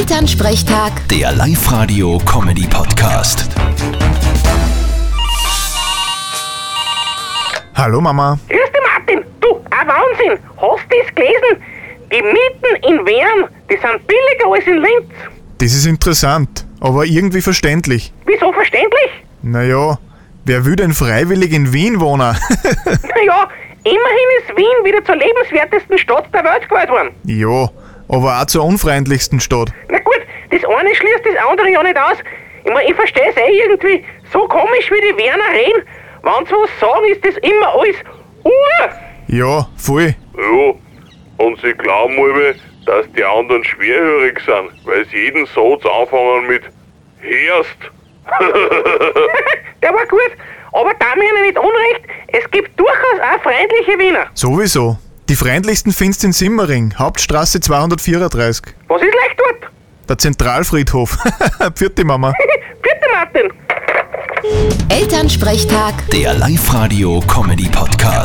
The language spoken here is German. Elternsprechtag, Der Live-Radio-Comedy-Podcast. Hallo Mama. Grüß dich, Martin. Du, ein Wahnsinn. Hast du das gelesen? Die Mieten in Wern, die sind billiger als in Linz. Das ist interessant, aber irgendwie verständlich. Wieso verständlich? Naja, wer will denn freiwillig in Wien wohnen? Naja, immerhin ist Wien wieder zur lebenswertesten Stadt der Welt gewählt worden. ja, aber auch zur unfreundlichsten Stadt. Na gut, das eine schließt das andere ja nicht aus. Ich mein, ich versteh's eh irgendwie. So komisch wie die Werner reden. Wenn sie was sagen, ist das immer alles Uhr. Ja, voll. Ja, und sie glauben alle, dass die anderen schwerhörig sind, weil sie jeden Satz anfangen mit Herst. der war gut. Aber da mir nicht unrecht, es gibt durchaus auch freundliche Wiener. Sowieso. Die freundlichsten findest in Simmering, Hauptstraße 234. Was ist leicht dort? Der Zentralfriedhof. Vierte Mama. Bitte, Martin. Elternsprechtag. Der Live-Radio-Comedy-Podcast.